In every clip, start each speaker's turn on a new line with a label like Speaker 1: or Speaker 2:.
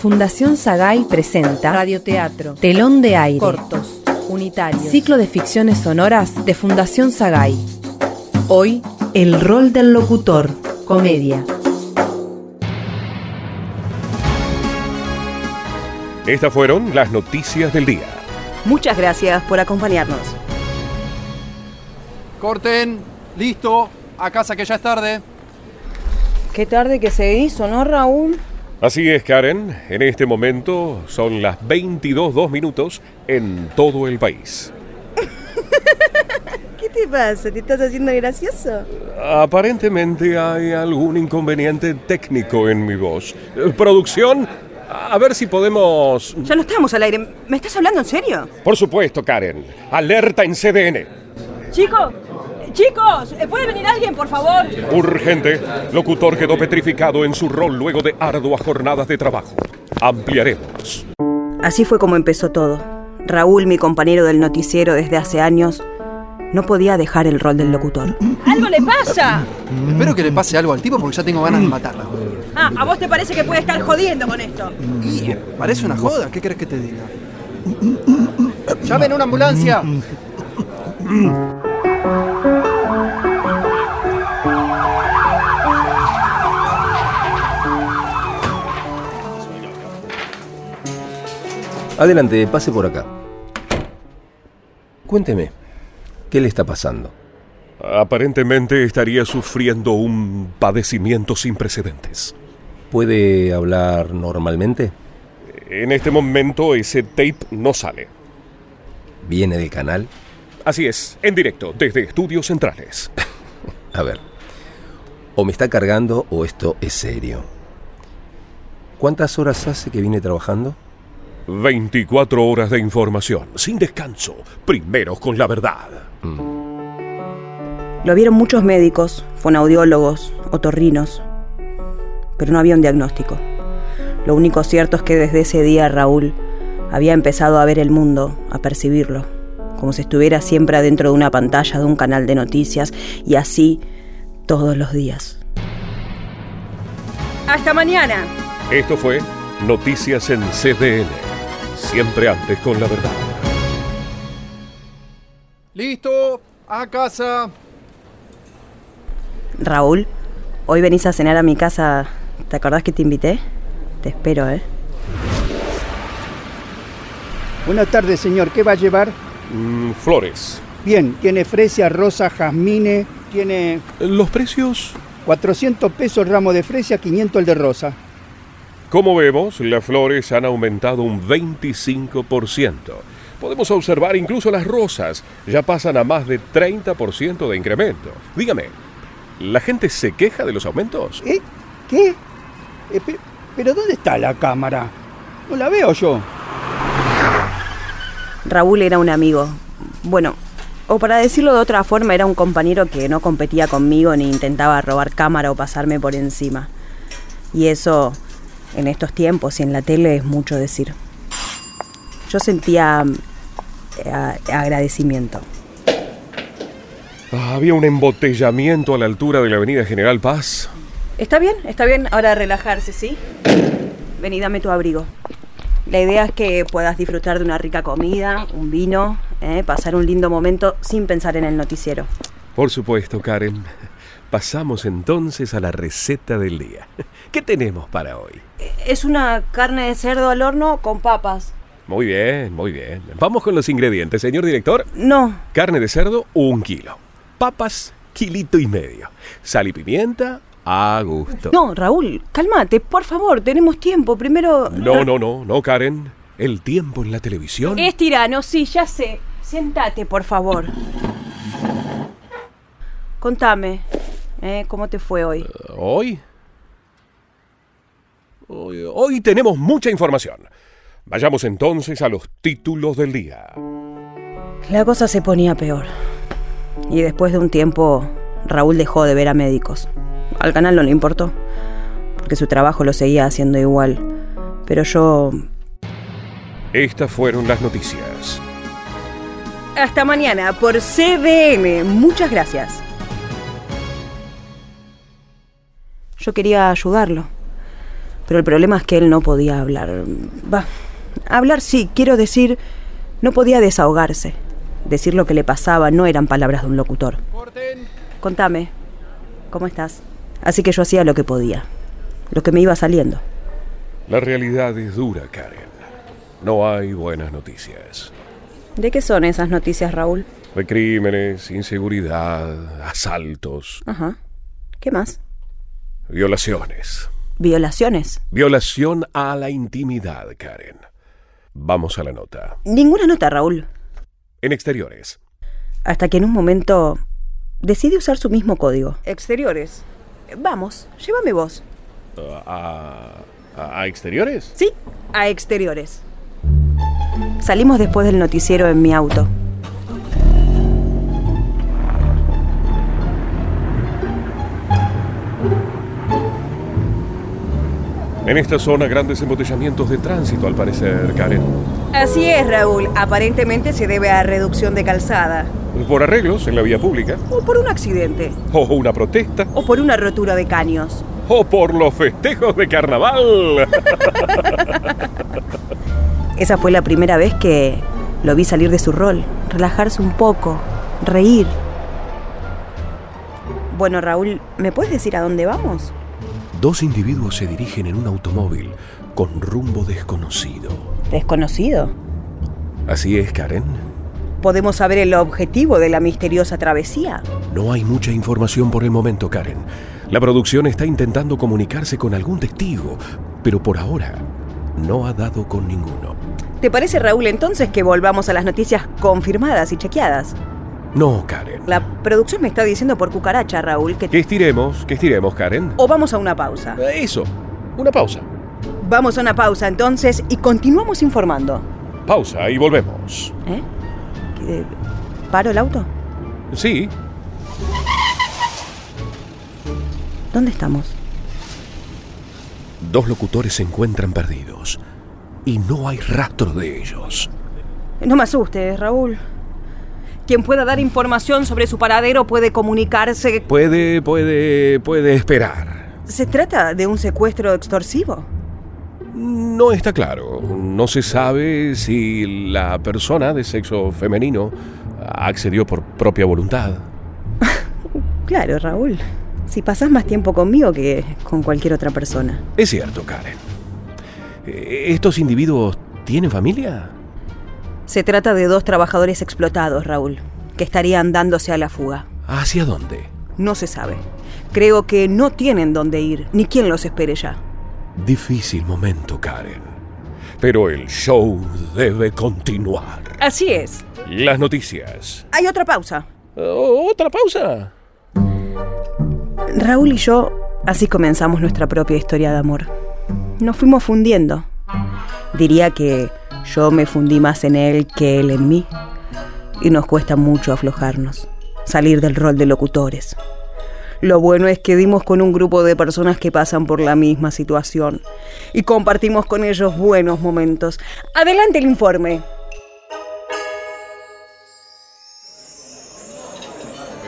Speaker 1: Fundación Sagay presenta Radioteatro, Telón de Aire, Cortos, Unitarios, Ciclo de Ficciones Sonoras de Fundación Sagay. Hoy, el rol del locutor, comedia.
Speaker 2: Estas fueron las noticias del día.
Speaker 3: Muchas gracias por acompañarnos.
Speaker 4: Corten, listo, a casa que ya es tarde.
Speaker 5: Qué tarde que se hizo, ¿no, Raúl?
Speaker 2: Así es, Karen. En este momento son las 22.2 minutos en todo el país.
Speaker 3: ¿Qué te pasa? ¿Te estás haciendo gracioso?
Speaker 2: Aparentemente hay algún inconveniente técnico en mi voz. Eh, Producción, a ver si podemos...
Speaker 3: Ya no estamos al aire. ¿Me estás hablando en serio?
Speaker 2: Por supuesto, Karen. Alerta en CDN.
Speaker 6: Chicos, chicos, eh, ¿puede venir alguien, por favor?
Speaker 2: Urgente. Locutor quedó petrificado en su rol luego de arduas jornadas de trabajo. Ampliaremos.
Speaker 3: Así fue como empezó todo. Raúl, mi compañero del noticiero desde hace años, no podía dejar el rol del locutor.
Speaker 6: ¡Algo le pasa!
Speaker 4: Espero que le pase algo al tipo porque ya tengo ganas de matarlo.
Speaker 6: Ah, ¿a vos te parece que puede estar jodiendo con esto?
Speaker 4: Y eh, parece una joda, ¿qué crees que te diga? ¡Llamen a una ambulancia!
Speaker 7: Adelante, pase por acá. Cuénteme, ¿qué le está pasando?
Speaker 2: Aparentemente estaría sufriendo un padecimiento sin precedentes.
Speaker 7: ¿Puede hablar normalmente?
Speaker 2: En este momento ese tape no sale.
Speaker 7: ¿Viene del canal?
Speaker 2: Así es, en directo, desde Estudios Centrales.
Speaker 7: A ver, o me está cargando o esto es serio. ¿Cuántas horas hace que viene trabajando?
Speaker 2: 24 horas de información, sin descanso, primeros con la verdad.
Speaker 3: Lo vieron muchos médicos, fonaudiólogos, otorrinos, pero no había un diagnóstico. Lo único cierto es que desde ese día Raúl había empezado a ver el mundo, a percibirlo, como si estuviera siempre adentro de una pantalla de un canal de noticias y así todos los días.
Speaker 6: Hasta mañana.
Speaker 2: Esto fue Noticias en CDN, siempre antes con la verdad.
Speaker 4: ¡Listo! ¡A casa!
Speaker 3: Raúl, hoy venís a cenar a mi casa. ¿Te acordás que te invité? Te espero, ¿eh?
Speaker 8: Buenas tardes, señor. ¿Qué va a llevar?
Speaker 2: Mm, flores.
Speaker 8: Bien, tiene fresia, rosa, jazmine, tiene
Speaker 2: ¿Los precios?
Speaker 8: 400 pesos el ramo de fresia, 500 el de rosa.
Speaker 2: Como vemos, las flores han aumentado un 25%. Podemos observar incluso las rosas, ya pasan a más de 30% de incremento. Dígame, ¿la gente se queja de los aumentos?
Speaker 8: ¿Eh? ¿Qué? Eh, pe- ¿Pero dónde está la cámara? No la veo yo.
Speaker 3: Raúl era un amigo. Bueno, o para decirlo de otra forma, era un compañero que no competía conmigo ni intentaba robar cámara o pasarme por encima. Y eso, en estos tiempos y en la tele, es mucho decir. Yo sentía mm, a- agradecimiento.
Speaker 2: Ah, había un embotellamiento a la altura de la Avenida General Paz.
Speaker 3: Está bien, está bien. Ahora relajarse, ¿sí? Vení, dame tu abrigo. La idea es que puedas disfrutar de una rica comida, un vino, ¿eh? pasar un lindo momento sin pensar en el noticiero.
Speaker 2: Por supuesto, Karen. Pasamos entonces a la receta del día. ¿Qué tenemos para hoy?
Speaker 3: Es una carne de cerdo al horno con papas.
Speaker 2: Muy bien, muy bien. Vamos con los ingredientes, señor director.
Speaker 3: No,
Speaker 2: Carne de cerdo, un kilo. Papas, kilito y medio. Sal y pimienta, a gusto.
Speaker 3: no, Raúl, cálmate, por favor, tenemos tiempo. Primero.
Speaker 2: no, no, no, no, Karen. El tiempo en la televisión.
Speaker 6: Es tirano, sí, ya sé.
Speaker 3: Sentate, por favor. Contame, ¿eh? ¿cómo te fue hoy?
Speaker 2: Hoy. Hoy, hoy tenemos mucha información. Vayamos entonces a los títulos del día.
Speaker 3: La cosa se ponía peor. Y después de un tiempo, Raúl dejó de ver a médicos. Al canal no le importó, porque su trabajo lo seguía haciendo igual. Pero yo...
Speaker 2: Estas fueron las noticias.
Speaker 3: Hasta mañana por CDN. Muchas gracias. Yo quería ayudarlo. Pero el problema es que él no podía hablar. Va, hablar sí, quiero decir, no podía desahogarse. Decir lo que le pasaba no eran palabras de un locutor. Contame, ¿cómo estás? Así que yo hacía lo que podía, lo que me iba saliendo.
Speaker 2: La realidad es dura, Karen. No hay buenas noticias.
Speaker 3: ¿De qué son esas noticias, Raúl?
Speaker 2: De crímenes, inseguridad, asaltos,
Speaker 3: Ajá. ¿Qué más?
Speaker 2: violaciones.
Speaker 3: Violaciones.
Speaker 2: Violación a la intimidad, Karen. Vamos a la nota.
Speaker 3: Ninguna nota, Raúl.
Speaker 2: En exteriores.
Speaker 3: Hasta que en un momento decide usar su mismo código.
Speaker 5: Exteriores.
Speaker 3: Vamos, llévame vos.
Speaker 2: ¿A, a- a exteriores?
Speaker 3: Sí, a exteriores. Salimos después del noticiero en mi auto.
Speaker 2: En esta zona grandes embotellamientos de tránsito, al parecer, Karen.
Speaker 5: Así es, Raúl. Aparentemente se debe a reducción de calzada.
Speaker 2: Por arreglos en la vía pública,
Speaker 3: O por un accidente.
Speaker 2: o una protesta,
Speaker 3: O por una rotura de caños.
Speaker 2: o por los festejos de carnaval.
Speaker 3: Esa fue la primera vez que lo vi salir de su rol, relajarse un poco, reír. Bueno, Raúl, ¿me puedes decir a dónde vamos?
Speaker 7: Dos individuos se dirigen en un automóvil con rumbo desconocido.
Speaker 3: Desconocido.
Speaker 7: Así es, Karen.
Speaker 3: ¿Podemos saber el objetivo de la misteriosa travesía?
Speaker 7: No hay mucha información por el momento, Karen. La producción está intentando comunicarse con algún testigo, pero por ahora no ha dado con ninguno.
Speaker 3: ¿Te parece, Raúl, entonces que volvamos a las noticias confirmadas y chequeadas?
Speaker 7: No, Karen.
Speaker 3: La producción me está diciendo por cucaracha, Raúl, que...
Speaker 2: Que estiremos, que estiremos, Karen.
Speaker 3: O vamos a una pausa.
Speaker 7: Eh,
Speaker 2: Eso, una pausa.
Speaker 3: Vamos a una pausa entonces y continuamos informando.
Speaker 2: Pausa y volvemos.
Speaker 3: ¿Eh? ¿Qué- ¿Paro el auto?
Speaker 2: Sí,
Speaker 3: ¿Dónde estamos?
Speaker 7: Dos locutores se encuentran perdidos y no hay rastro de ellos.
Speaker 3: No me asustes, Raúl. Quien pueda dar información sobre su paradero puede comunicarse.
Speaker 7: Puede, puede, puede esperar.
Speaker 3: ¿Se trata de un secuestro extorsivo?
Speaker 2: No está claro. No se sabe si la persona de sexo femenino accedió por propia voluntad.
Speaker 3: Claro, Raúl. Si pasás más tiempo conmigo que con cualquier otra persona.
Speaker 7: Es cierto, Karen. Eh, ¿Estos individuos tienen familia?
Speaker 3: Se trata de dos trabajadores explotados, Raúl, que estarían dándose a la fuga.
Speaker 7: ¿Hacia dónde?
Speaker 3: No se sabe. Creo que no tienen dónde ir, ni quién los espere ya.
Speaker 7: Difícil momento, Karen. Pero el show debe continuar.
Speaker 3: Así es.
Speaker 2: Las noticias.
Speaker 3: Hay otra pausa.
Speaker 2: Oh, ¿Otra pausa?
Speaker 3: Raúl y yo así comenzamos nuestra propia historia de amor. Nos fuimos fundiendo. Diría que yo me fundí más en él que él en mí. Y nos cuesta mucho aflojarnos, salir del rol de locutores. Lo bueno es que dimos con un grupo de personas que pasan por la misma situación y compartimos con ellos buenos momentos. Adelante el informe.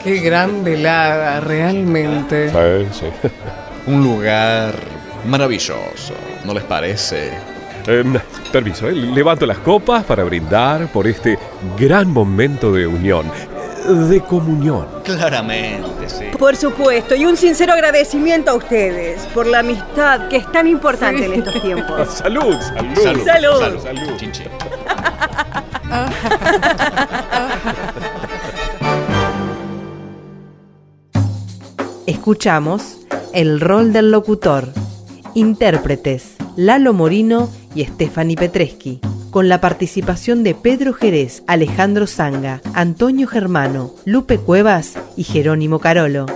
Speaker 9: Qué gran velada, realmente.
Speaker 2: Sí, sí.
Speaker 10: Un lugar maravilloso, ¿no les parece?
Speaker 2: Em, permiso, eh, levanto las copas para brindar por este gran momento de unión, de comunión.
Speaker 10: Claramente, sí.
Speaker 5: Por supuesto, y un sincero agradecimiento a ustedes por la amistad que es tan importante en estos tiempos.
Speaker 2: Salud, salud.
Speaker 10: Salud.
Speaker 5: Salud.
Speaker 2: Salud.
Speaker 10: Chin, chin.
Speaker 1: Escuchamos El rol del locutor. Intérpretes Lalo Morino y Stephanie Petreschi. Con la participación de Pedro Jerez, Alejandro Zanga, Antonio Germano, Lupe Cuevas y Jerónimo Carolo.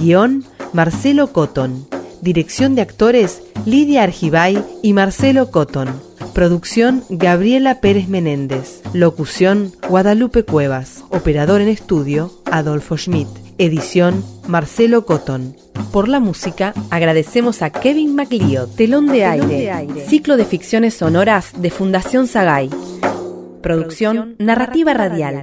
Speaker 1: Guión Marcelo Cotton. Dirección de actores Lidia Argibay y Marcelo Cotton. Producción Gabriela Pérez Menéndez. Locución Guadalupe Cuevas. Operador en estudio Adolfo Schmidt. Edición Marcelo Cotton. Por la música agradecemos a Kevin MacLeod, Telón de,
Speaker 6: Telón
Speaker 1: aire.
Speaker 6: de Aire.
Speaker 1: Ciclo de ficciones sonoras de Fundación Sagay. Producción, Narrativa, Radial.